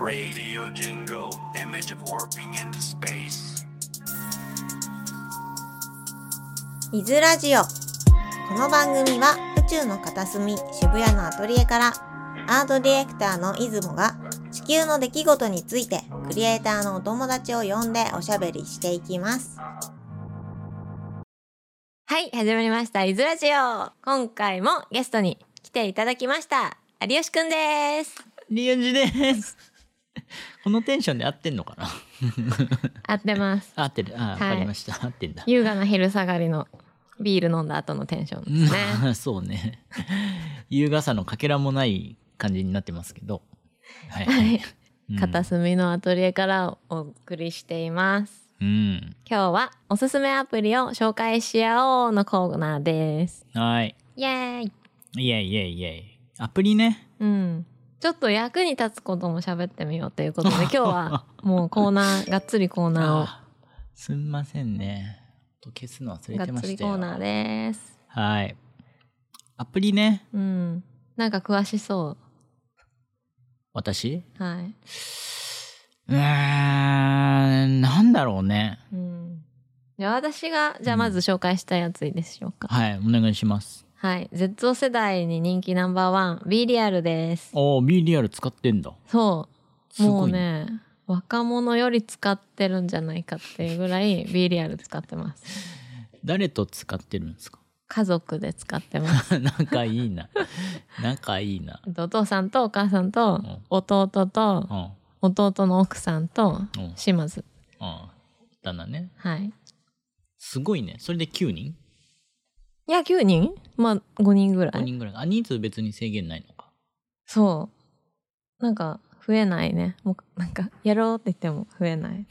Radio Jingle, image of warping into space. 伊豆ラジオこの番組は宇宙の片隅渋谷のアトリエからアートディレクターの出雲が地球の出来事についてクリエイターのお友達を呼んでおしゃべりしていきますはい始まりました伊豆ラジオ今回もゲストに来ていただきました有吉くんですリエンジです。 このテンションで合ってんのかな 合ってます。合ってる。あ、わはいかりました。合ってんだ。優雅な昼下がりのビール飲んだ後のテンションですね。 まあ そうね。優雅さのかけらもない感じになってますけど。はい。はい。うん片隅のアトリエからお送りしています。うん。今日はおすすめアプリを紹介し合おうのコーナーです。はい。イエーイ。イェイイェイイェイ。アプリね。うん。ちょっと役に立つことも喋ってみようという ことで、今日はもうコーナー、がっつりコーナあすんませんね。音消すの忘ーれを、てがっまつりしたコーよ。ナーです。はい。アプリね。うん。なんか詳しそ私う。はい。うーん、なんだろうね。うん。じゃあ私が、じゃあまず紹介したやついいでしょうか。はい、お願いします。はい。Z 世代に人気ナンバーワン、B リアルです。おー、B リアル使ってんだ。そすう。もごういね。ね、若者より使ってるんじゃないかっていうぐらい B リアル使ってます。 誰と使ってるんですか 家族で使ってます。仲いいな。仲いいな。お父さんとお母さんとん弟とうん。うん。弟の奥さんとうん島津。旦那ね。はい。すごいね。それで9人いや、9人まあ5人ぐら ?5 い。人ぐらい。あ、人数別に制限ないのか。そう。なんか増えないね。もうなんかやろうって言っても増えない。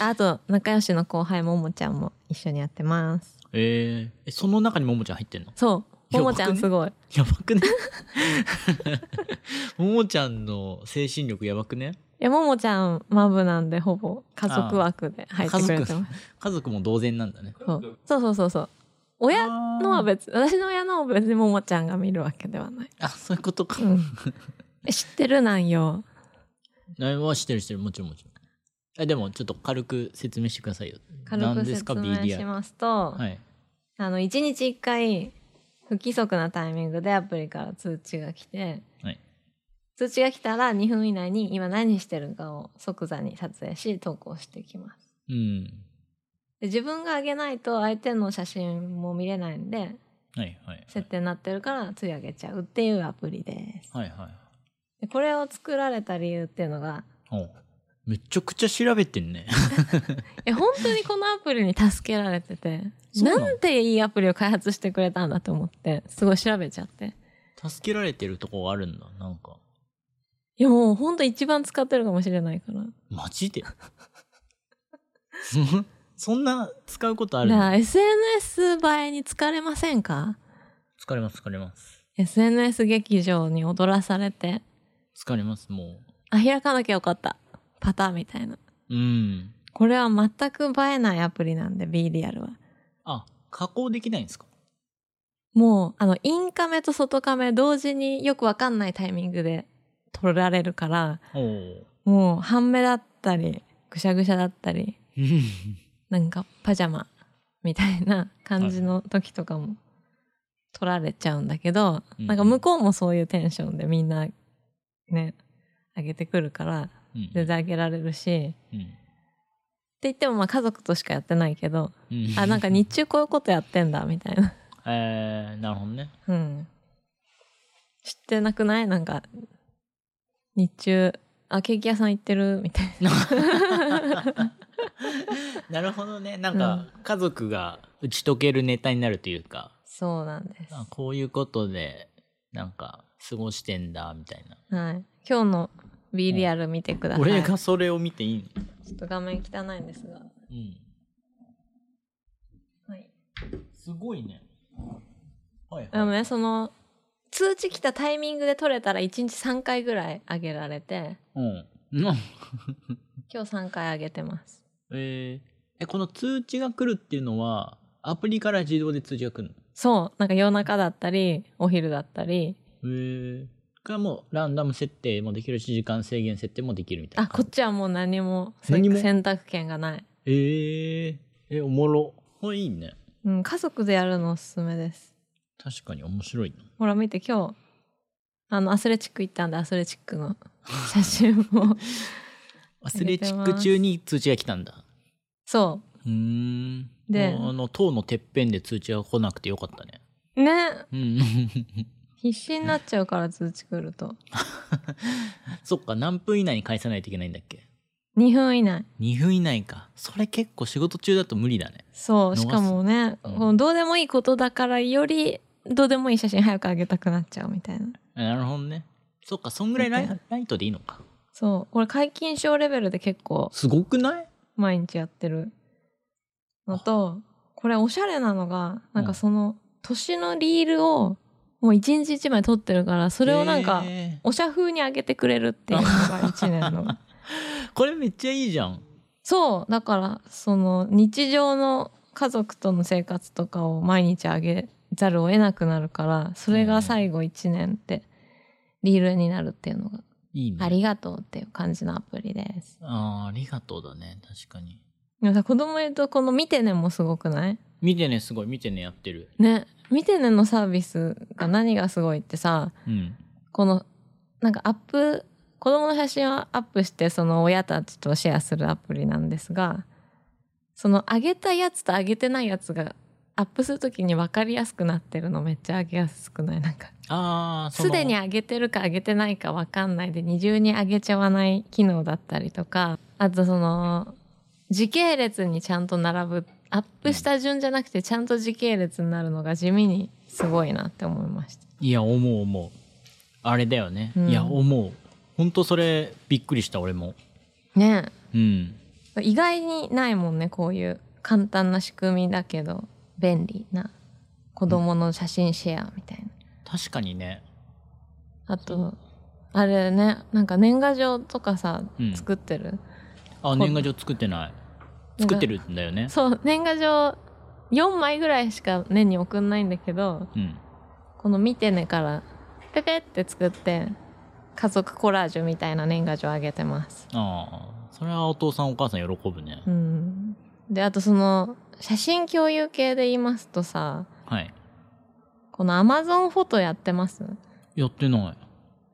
ああと仲良しの後輩ももちゃんも一緒にやってます。えー、え、その中にももちゃん入ってんの そう。やももちゃんすごい。やばくね ももちゃんの精神力やばくねいや、ももちゃんマブなんで、ほぼ家族枠で入ってくれてます。家族も同然なんだね。そうそうそうそうそう。親のは別、私の親のは別にももちゃんが見るわけではない。あ、そういうことか。 うん。え知ってるなんよ。何はしてるしてる。もちろんもちろん。え、でもちょっと軽く説明してくださいよ。軽何くです説か明 B リアしル。ますと、はい。あの、1日1回、不規則なタイミングでアプリから通知が来て、はい。通知が来たら2分以内に今何してるかを即座に撮影し、投稿してきます。うん。で自分が上げないと相手の写真も見れないんで、はいはいはい。設定になってるからつい上げちゃうっていうアプリです。はいはい。でこれを作られた理由っていうの が、おめちゃくちゃ調べてんね。 え、本当にこのアプリに助けられてて、そうななのんていいアプリを開発してくれたんだと思って、すごい調べちゃって。助けられてるとこがあるんだ。なんか。いやもう本当一番使ってるかもしれないから。マジ でそそんな使うことあるだからの SNS 映えに疲れませんか疲れます疲れます。 ?SNS 劇場に踊らされて、疲れます、もあ、開かなきゃよかった。パターンみたいな。う。うん。これは全く映えないアプリなんで、B リアルは。あ、加工できないんですかもう、あの、インカメと外カメ同時によくわかんないタイミングで撮られるから、おお。もう、半目だったり、ぐしゃぐしゃだったり、なんか、パジャマみたいな感じの時とかも撮られちゃうんだけど、うんなんか向こうもそういうテンションでみんな、ね、上げてくるから、うん全然上げられるし、っうんて言ってもまあ家族としかやってないけど、うんあ、なんか日中こういうことやってんだ、みたいな。えー、なるほどね。うん。知ってなくないなんか、日中、あ、ケーキ屋さん行ってるみたいな。なるほどね。なんか、家族が打ち解けるネタになるというか、そうなんです。あこういうことで、なんか、過ごしてんだ、みたいな。はい。今日の B リアル見てください。俺ちょがそれを見ていいのっと画面汚いんですが。うん。はい。すごいね。はいでもね、その、通知来たタイミングで撮れたら1日3回ぐらい上げられて、うん。 うん。今日3回上げてます。えーえ、この通知が来るっていうのは、アプリから自動で通知が来るそう。なんか夜中だったり、お昼だったり、のへえがもうランダム設定もできるし時間制限設定もできるみたいあなこ感っじちはもう何もせ何も選択権がない、えええおもろこれいいねうん、家族でやるのおすすめです確かに面白いなほら見て今日あのアスレチック行ったんでアスレチックの写真 もアスレチック中に通知が来たんだそうーんでもうあの塔のてっぺんで通知が来なくてよかったねうねうん必死になっちゃうから通知来ると そっか何分以内に返さないといけないんだっけ2分以内2分以内かそれ結構仕事中だと無理だねそう逃すしかもね、うんこのどうでもいいことだからよりどうでもいい写真早くあげたくなっちゃうみたいなあなるほどねそっかそんぐらいラみたイライトでいいのかそうこれ解禁症レベルで結構すごくない毎日やってるのとこれおしゃれなのがなんうんかその年のリールをもう一日一枚撮ってるからそれをなんかへおしゃ風にあげてくれるっていうのが1年のーこれめっちゃいいじゃんそうだからその日常の家族との生活とかを毎日あげざるを得なくなるからそれが最後1年ってリールになるっていうのがいいねありがとうっていう感じのアプリです。あーありがとうだね確かにでもさ子供いるとこの見てねもすごくない見てねすごい見てねやってるね見てねのサービスが何がすごいってさうんこのなんかアップ子供の写真をアップしてその親たちとシェアするアプリなんですがその上げたやつと上げてないやつがアップするときに分かりやすくなってるのめっちゃ上げやすくないなんかああすでに上げてるか上げてないか分かんないで二重に上げちゃわない機能だったりとかあとその時系列にちゃんと並ぶアップした順じゃなくてちゃんと時系列になるのが地味にすごいなって思いました。いや思う思うあれだよね、うんいや思うほんとそれびっくりした俺もねえうん意外にないもんねこういう簡単な仕組みだけど便利な子供の写真シェアみたいな、確かにねあとあれねなんか年賀状とかさ、うん作ってるあ年賀状作ってない作ってるんだよねそう年賀状4枚ぐらいしか年に送んないんだけどうんこの「見てね」からペペって作って家族コラージュみたいな年賀状あげてますああそれはお父さんお母さん喜ぶね、うんであとその写真共有系で言いますとさはいこの Amazon フォトやってますやってない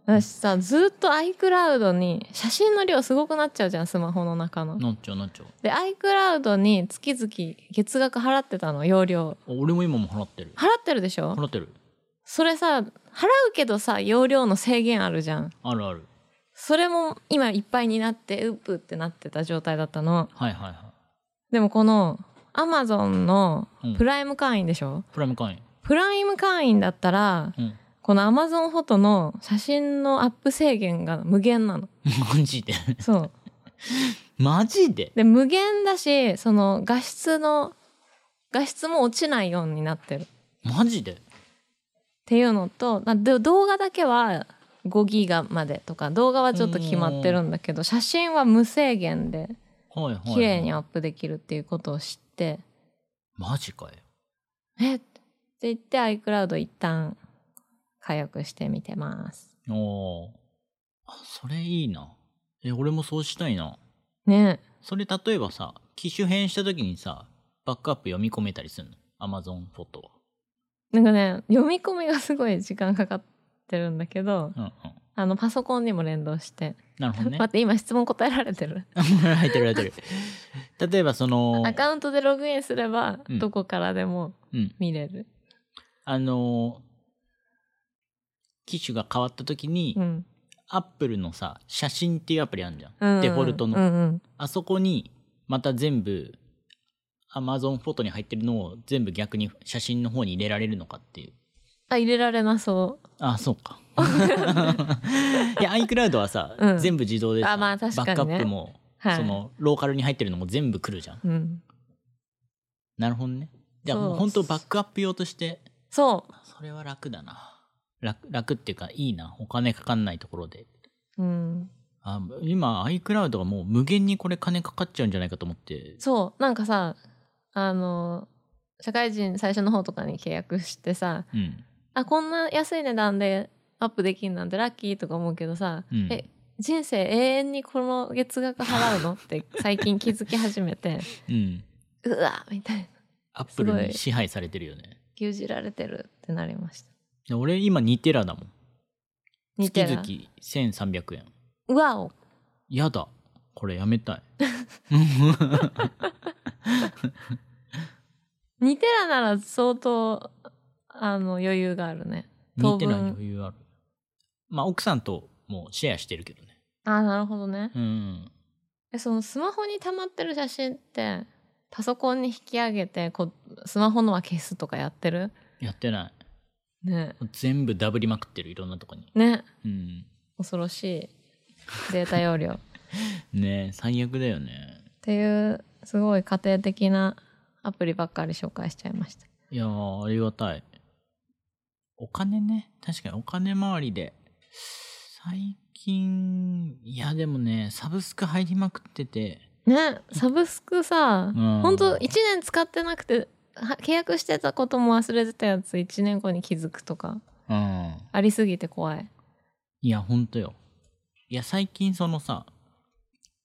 私さずっと iCloud に写真の量すごくなっちゃうじゃんスマホの中の。なっちゃうなっちゃうで iCloud に月々月額払ってたの容量あ俺も今も払ってる払ってるでしょ払ってるそれさ払うけどさ容量の制限あるじゃんあるあるそれも今いっぱいになってうっぷってなってた状態だったのはいはいはでもこの Amazon のうんプライム会員でしょ、いプライム会員プライム会員だったらうんこの Amazon フォトの写真のアップ制限が無限なの マジでそうマジでで無限だしその画質の画質も落ちないようになってるっマジでていうのとなで動画だけは5ギガまでとか動画はちょっと決まってるんだけど写真は無制限ではいはいはい綺麗にアップできるっていうことを知ってマジかよ「えっ?」って言って iCloud 一旦解約してみてます。おーあそれいいなえ俺もそうしたいなねそれ例えばさ機種変した時にさバックアップ読み込めたりするの Amazon フォトなんかね読み込みがすごい時間かかってるんだけどはうんうんあのパソコンにも連動して、なるほどね 待って今質問答えられてる 入ってる入って る例えばそのアカウントでログインすれば、うんどこからでもうん見れる。あの機種が変わった時に、うん。アップルのさ写真っていうアプリあるじゃん、うんうんデフォルトの、うんうんあそこにまた全部 Amazon フォトに入ってるのを全部逆に写真の方に入れられるのかっていうあ、入れられなそあそう かいや iCloud はさ、うん全部自動でさあまあ確かにねバックアップも、はいそのローカルに入ってるのも全部来るじゃんう。うん。なるほどねじゃあもそうう本当バックアップ用としてそそれは楽だな楽楽っていうかいいなお金かかんないところでう。うん。あ今 iCloud がもう無限にこれ金かかっちゃうんじゃないかと思ってそう。なんかさ、あの、社会人最初の方とかに契約してさ、うんあ、こんな安い値段でアップできるなんてラッキーとか思うけどさ、うんえ人生永遠にこの月額払うのって最近気づき始めて うん。うわみたいなアップルすごにい支配されてるよね。牛耳られてるってなりましたで俺今2テラだもん。似月てる々1300円。うわおやだ。これやめたい。 2テラなら相当あの余裕があるね2当テ分ラに余裕ある。まあ奥さんともうシェアしてるけどね。ああなるほどねうん。えそのスマホに溜まってる写真ってパソコンに引き上げてこうスマホのは消すとかやってるやってなねい。全部ダブりまくってる。いろんなとこに。ねうん。恐ろしいデータ容量っねえ最悪だよね。ていうすごい家庭的なアプリばっかり紹介しちゃいましたいやー、ありがたい。お金ね。確かにお金回りで。最近、いやでもね、サブスク入りまくってて、ねサブスクさ、うんほんと1年使ってなくては契約してたことも忘れてたやつ1年後に気づくとかうん。ありすぎて怖いいや、ほんとよ。いや、最近そのさ、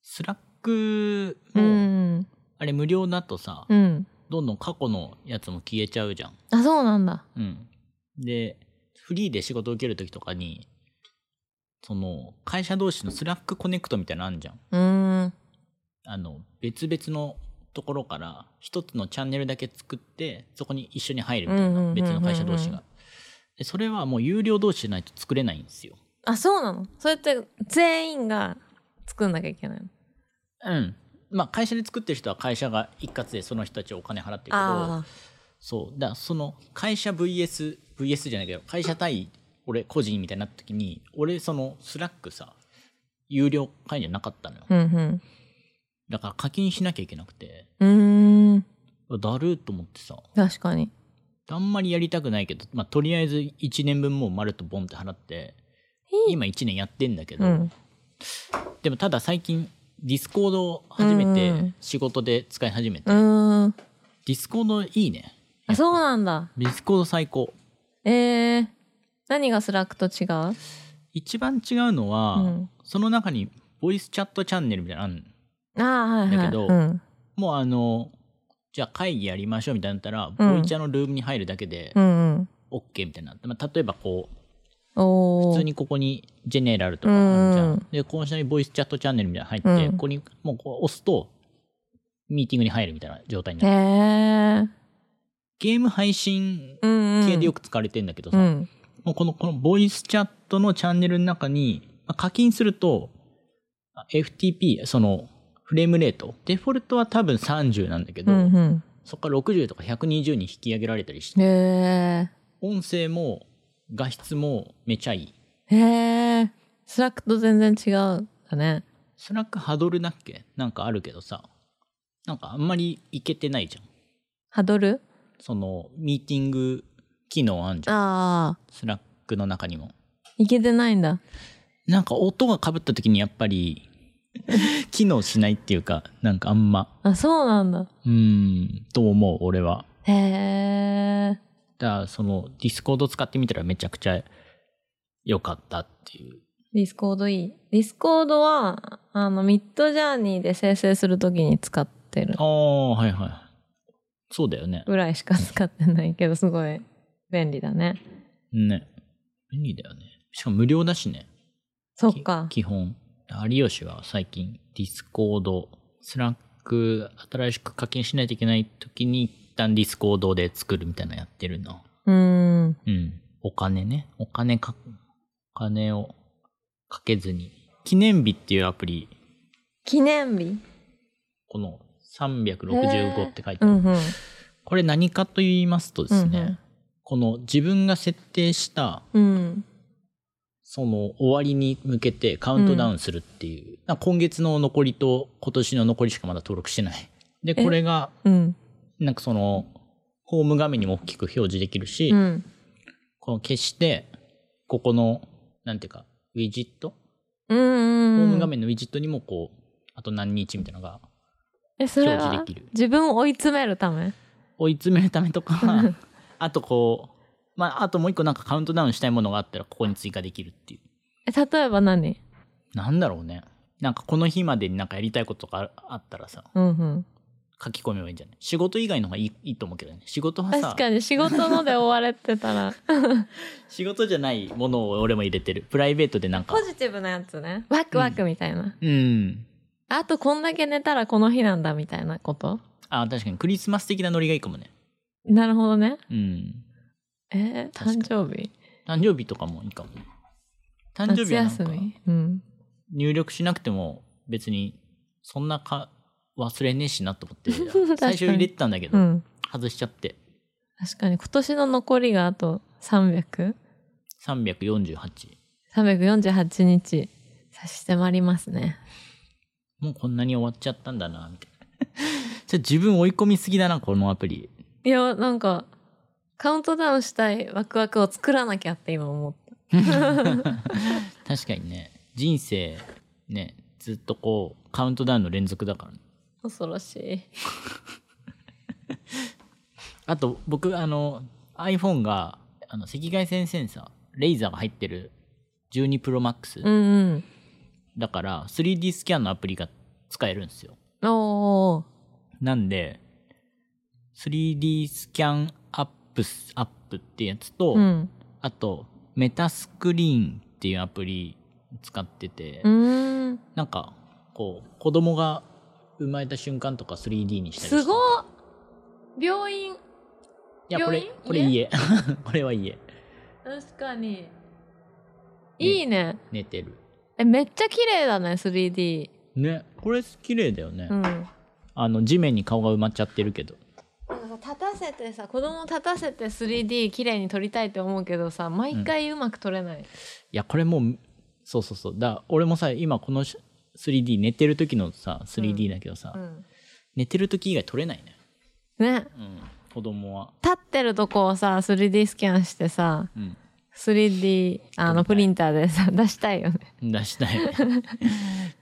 スラックうも、んあれ無料だとさ、うんどんどん過去のやつも消えちゃうじゃん。あそうなんだうん。で、フリーで仕事受けるときとかに、その、会社同士のスラックコネクトみたいなのあんじゃん。うーんあの、別々のところから、一つのチャンネルだけ作って、そこに一緒に入るみたいうんうんうんな、うん別の会社同士が。でそれはもう有料同士じゃないと作れないんですよ。あそうなのそれって全員が作んなきゃいけないのうん。まあ、会社で作ってる人は会社が一括でその人たちをお金払ってるけどあ、そう。だその、会社 VS、VS じゃないけど、会社対俺個人みたいになった時に、俺そのスラックさ、有料会員じゃなかったのよ。あうんだから課金しなきゃいけなくて、うんうーんだるーと思ってさ。確かにあんまりやりたくないけど、まあ、とりあえず1年分もうまるっとボンって払って、今1年やってんだけど、うんでもただ最近、ディスコードを初めうんうて仕事で使い始めて、うーんディスコードいいね。あそうなんだディスコード最高。えー、何がスラックと違う一番違うのは、うんその中にボイスチャットチャンネルみたいなのあんのああはいはいだけどうんもうあの、じゃあ会議やりましょうみたいになったら、うんボイチャのルームに入るだけでう、んうん OK みたいになって、まあ、例えばこう、おお普通にここにジェネラルとかあるじゃうんん。で、この下にボイスチャットチャンネルみたいなの入って、うんここにもうこう押すと、ミーティングに入るみたいな状態にへなる。えゲーム配信うんうん系でよく使われてんだけどさ、うんもうこの、このボイスチャットのチャンネルの中に、まあ課金すると、あ FTP、その、フレームレート。デフォルトは多分30なんだけうど、んそこから60とか120に引き上げられたりしうんて、へ音声も画質もめちゃいい。えへえスラックと全然違うんだねスラックハドルだっけなんかあるけどさ、なんかあんまりいけてないじゃん。ハドルその、ミーティング機能あんじゃん。ああスラックの中にも。いけてないんだなんか音が被った時にやっぱり、 機能しないっていうか、なんかあんま、あそうなんだうーん、と思う、俺は。へえだから、その、ディスコード使ってみたらめちゃくちゃ良かったっていう。ディスコードいいディスコードはあのミッドジャーニーで生成するときに使ってるああ、はいはい。そうだよね。ぐらいしか使ってないけどすごい便利だねね。便利だよね。しかも無料だしね。そっか基本。有吉は最近、ディスコード、スラック、新しく課金しないといけない時に、一旦ディスコードで作るみたいなのやってるな。うーんうん。お金ね。お金か、お金をかけずに。記念日っていうアプリ、記念日この365って書いてうある。んうんこれ何かと言いますとですね、うんうんこの自分が設定した、うんその終わりに向けてカウントダウンするっていう、なんか今月の残りと今年の残りしかまだ登録してないでえこれがうんなんかそのホーム画面にも大きく表示できるし、うんこの消してここのなんていうかウィジット、うんホーうんうム画ん面のウィジットにもこうあと何日みたいなのがえそれ表は示できる自分を追い詰めるため 追い詰めるためとかあとこうまあ、あともう一個なんかカウントダウンしたいものがあったら、ここに追加できるっていう。え例えば何なんだろうね。なんかこの日までになんかやりたいこととかああったらさ、うんうん。書き込めばいいんじゃない仕事以外の方がいいいいと思うけどね。仕事はさ確、かに仕事ので追われてた ら。仕事じゃないものを俺も入れてる。プライベートでなんかポ。ジティブなやつね。ワクワクみたいな。うん。あとこんだけ寝たらこの日なんだみたいなことあ、確かにクリスマス的なノリがいいかもね。なるほどね。うん。えー、確か誕に生日誕生日とかもいいかもね。誕生日はなん夏か休みうん。入力しなくても別にそんなか忘れねえしなと思っ て確かに最初入れてたんだけど、うん。外しちゃって確かに今年の残りがあと 300?348 348日差し迫りますね。もうこんなに終わっちゃったんだなみたいな じゃあ自分追い込みすぎだなこのアプリいや、なんか、カウントダウンしたいワクワクを作らなきゃって今思った。確かにね人生ねずっとこうカウントダウンの連続だから、ね、恐ろしい。あと僕あの iPhone があの赤外線センサーレイザーが入ってる 12ProMax、うんうん。だから 3D スキャンのアプリが使えるんですよおー。なんで、3D スキャンアップス、アップってやつと、うん。あと、メタスクリーンっていうアプリ使ってて、うーん。なんか、こう、子供が生まれた瞬間とか 3D にしたりしてすごっ病院。いや、これ病院、これ家。 これは家。確かに。いいね。寝てる。え、めっちゃ綺麗だね、3D。ね、これ綺麗だよね。うん。なんかあの、地面に顔が埋まっちゃってるけど。さ、立たせてさ、子供立たせて 3D 綺麗に撮りたいって思うけどさ、毎回うまく撮れない。いや、これもう、そうそうそう。だ俺もさ、今このし 3D 寝てる時のさ、3D だけどさ、うん。寝てる時以外撮れないね。ね。うん、子供は。立ってるとこをさ、3D スキャンしてさ、うん。 3D あのプリンターでさ 出したいよね。出した い。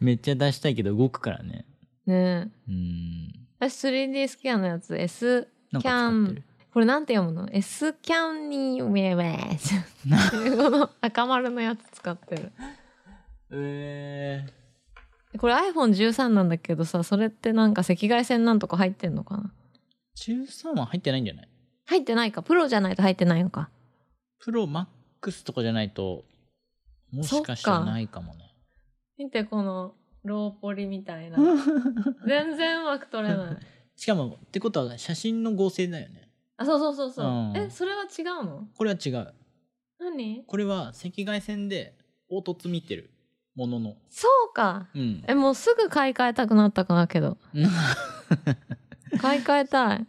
めっちゃ出したいけど動くからね。ねえうん。私 3D スキャンのやつ S キなんかャ使ってンる。これなんて読むの ?S キャンに見えます。 この赤丸のやつ使ってる。えー、これ iPhone13 なんだけどさそれってなんか赤外線なんとか入ってんのかな13は入ってないんじゃない入ってないかプロじゃないと入ってないのか。プロマックスとかじゃないと、もしかしたそらっかないかもね。見てこのローポリみたい な全然うまく撮れない。しかも、ってことは写真の合成だよね。 あそうそうそうそう。うんえそれは違うのこれは違う。何これは赤外線で凹凸見てるものの。そうかうん。えもうすぐ買い替えたくなったかなけ ど買い替えたい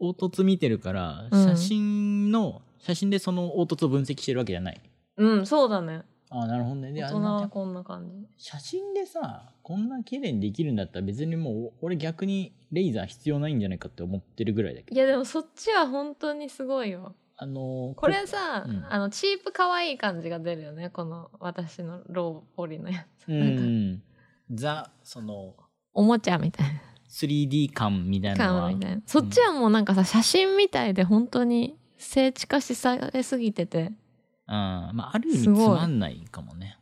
凹凸見てるから、うん写真の、写真でその凹凸を分析してるわけじゃない。うんそうだねああ、なるほどね。で、大あ人のはこんな感じ写真でさ、こんな綺麗にできるんだったら別にもう、俺逆にレイザー必要ないんじゃないかって思ってるぐらいだけいど。やでもそっちは本当にすごいよあのーこれさ、うんあのチープ可愛い感じが出るよねこの私のローポリのやつ、うなんかん。ザ、その、おもちゃみたいな 3D 感みたいなの感は。みたいなそっちはもうなんかさ写真みたいで本当に精緻化しされすぎててうん。まあ、ある意味つすごいまんないかもね。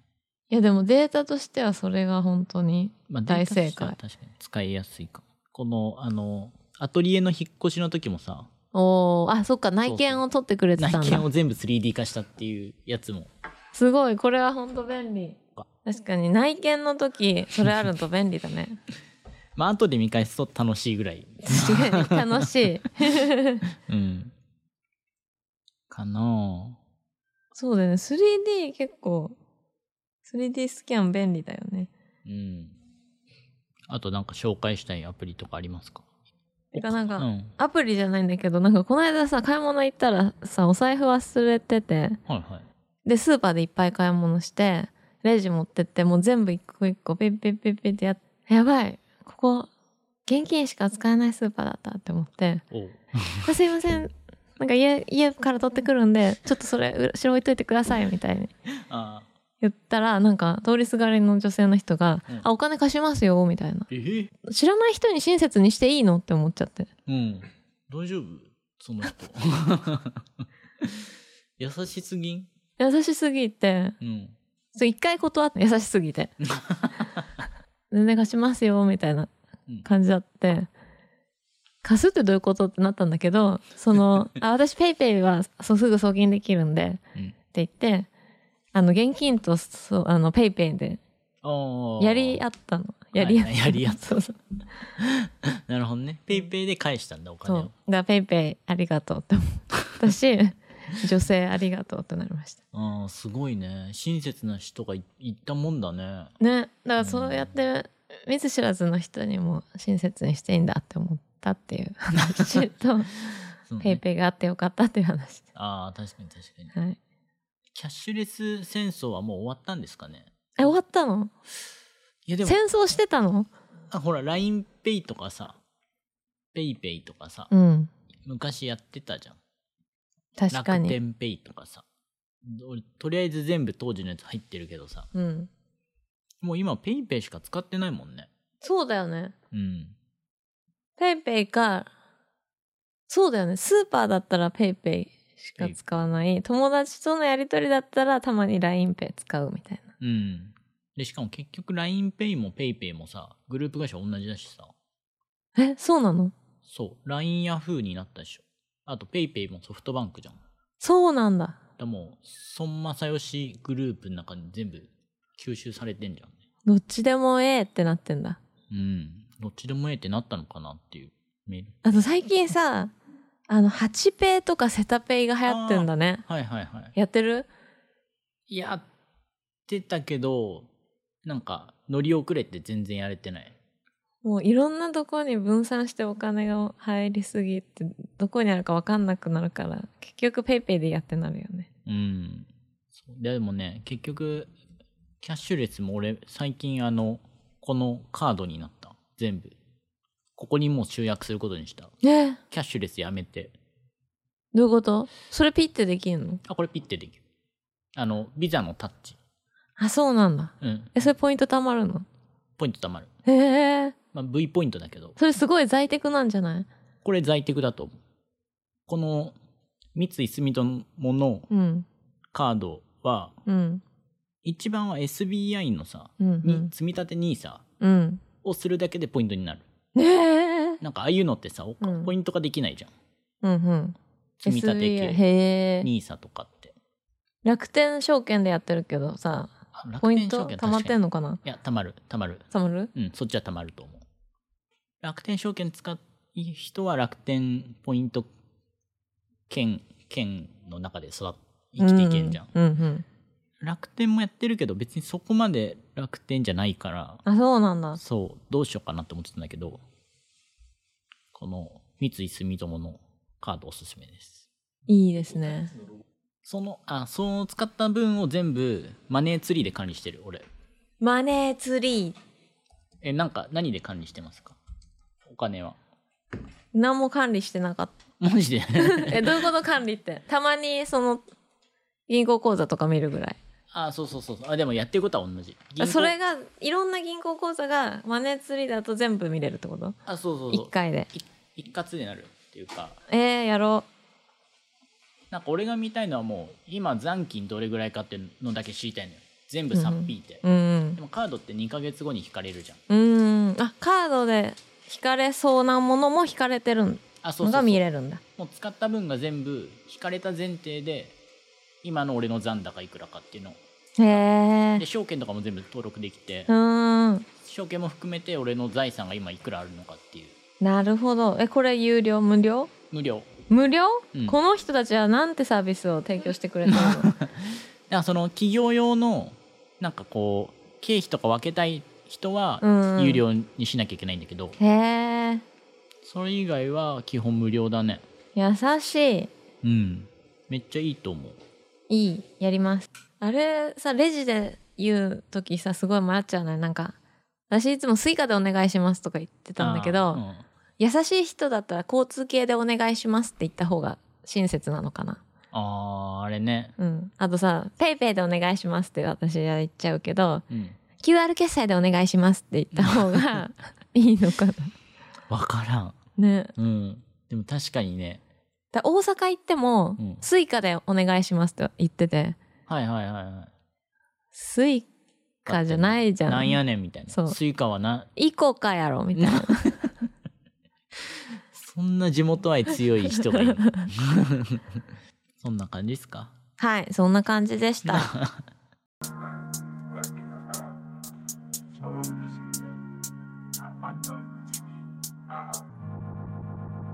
いやでもデータとしてはそれが本当にまあ、大正解データとしては確かに使いやすいかも。この、あの、アトリエの引っ越しの時もさ、おーあそっか内見を取ってくれてたん内だ見を全部 3D 化したっていうやつも。すごいこれは本当便利確かに内見の時それあると便利だね まあ、後で見返すと楽しいぐ らい。確かに楽しいうん。かなあそうだよね 3D 結構 3D スキャン便利だよねうん。あとなんか紹介したいアプリとかありますかてかなんうか、ん。アプリじゃないんだけどなんかこの間さ買い物行ったらさお財布忘れててはいはい。でスーパーでいっぱい買い物してレジ持ってってもう全部一個一個ピッピッピッピッってやっやばいここ現金しか使えないスーパーだったって思っておうあすいませんなんか家家から取ってくるんでちょっとそれう後ろ置いといてくださいみたいにあ言ったらなんか通りすがりの女性の人が「うんあお金貸しますよ」みたいなーえ知らない人に親切にしていいのって思っちゃって うん。大丈夫その人。優しすぎん優しすぎてうん。そう一回断って優しすぎ て全然貸しますよみたいなうん感じだって貸すってどういうことってなったんだけどそ のあ私ペイペイはそうすぐ送金できるんでうんって言ってあの現金とそうあのペイペイであーやり合ったのやり合ったはいやり合ったそうそうなるほどね。ペイペイで返したんだ、おそ金うをだ。からペイペイありがとうって思った し女性ありがとうってなりましたああ、すごいね。親切な人がい言ったもんだね。ねだからそうやって見ず知らずの人にも親切にしていいんだって思ったっていう話と、 そうねペイペイがあってよかったっていう話ああ、確かに確かに。はいキャッシュレス戦争はもう終わったんですかねえ終わったのいやでも、戦争してたのあほら、LINEPay とかさ、PayPay とかさ、うん昔やってたじゃん。確か楽に天 Pay とかさ。俺とりあえず全部当時のやつ入ってるけどさ、うんもう今 PayPay しか使ってないもんね。そうだよねうん。ペイペイかそうだよねスーパーだったらペイペイしか使わない友達とのやり取りだったらたまに LINEPay 使うみたいなうん。で、しかも結局 LINEPay も PayPay もさ、グループ会社同じだしさ、えそうなのそう、LINE ヤフーになったでしょ。あと PayPay もソフトバンクじゃん。そうなんだでもう、孫正義グループの中に全部吸収されてんじゃんね。どっちでもええってなってんだうん。どっちでもええってなったのかなっていうメール。あの最近さあのハチペイとかセタペイが流行ってんだねはいはいはい。やってるやってたけど、なんか、乗り遅れて全然やれてない。もういろんなとこに分散してお金が入りすぎてどこにあるか分かんなくなるから結局ペイペイでやってなるよねうん。そうでもね、結局、キャッシュレスも俺、最近あの、このカードになった。全部。ここにもう集約することにした。えキャッシュレスやめて。どういうことそれピッてできんのあ、これピッてできる。あの、ビザのタッチ。あそうなんだうん。えそれポイント貯まるのポイント貯まる。へえまあ、V ポイントだけど、それすごい在宅なんじゃないこれ在宅だと思う。この、三井住友のうんカードは、うん一番は SBI のさ、うんうにん積み立て NISA うんをするだけでポイントになる。ねえなんかああいうのってさ、おうんポイントができないじゃん。うんうん積み立て SBI 系、へえ NISA とかって。楽天証券でやってるけどさあ楽ポイン天ト証券貯まってんののかないや、貯まる、貯まる。貯まるうん、そっちは貯まると思う。楽天証券使う人は楽天ポイント券、券の中で育っ生きていけんじゃん。うんうん楽天もやってるけど別にそこまで楽天じゃないから、あそうなんだそう、どうしようかなって思ってたんだけど、この三井住友のカードおすすめです。いいですねその、あ、その使った分を全部マネーツリーで管理してる、俺。マネーツリーえ、なんか何で管理してますかお金は。何も管理してなかったマジ で えどういうこと管理ってたまにその銀行口座とか見るぐらいあ、そうそうそうそう。あ、でもやってることは同じ。銀行それがいろんな銀行口座がマネーツリーだと全部見れるってことあ、そうそうそう。一回でい。一括でなるっていうか、えー、やろなんか俺が見たいのはもう、今残金どれぐらいかっていうのだけ知りたいのよ。全部さっぴいて。ううんでもカードって2ヶ月後に引かれるじゃん。うんあカードで引かれそうなものも引かれてるあ、そうそうのそがう見れるんだもう使った分が全部引かれた前提で今の俺の残高いくらかっていうのへでえ証券とかも全部登録できてうん証券も含めて俺の財産が今いくらあるのかっていうなるほどえこれ有料無料無料無料、うんこの人たちはなんてサービスを提供してくれてる のだからその企業用のなんかこう経費とか分けたい人はうんうん有料にしなきゃいけないんだけど、へえそれ以外は基本無料だね優しうんめっちゃいいと思ういいいやりますあれさレジで言う時さすごい迷っちゃうねなんか私いつもスイカでお願いしますとか言ってたんだけど、あーうん優しい人だったら交通系でお願いしますって言った方が親切なのかなあーあれねうんあとさ「ペイペイでお願いします」って私は言っちゃうけどうん「QR 決済でお願いします」って言った方 がいいのかな分からんねうん。でも確かにね、だ大阪行っても、うんスイカでお願いしますって言ってて、はいはいはいはい。スイカじゃないじゃん。なんやねんみたいな。そうスイカはな、イコカやろみたいな。そんな地元愛強い 人がいる。そんな感じですかはい、そんな感じでした。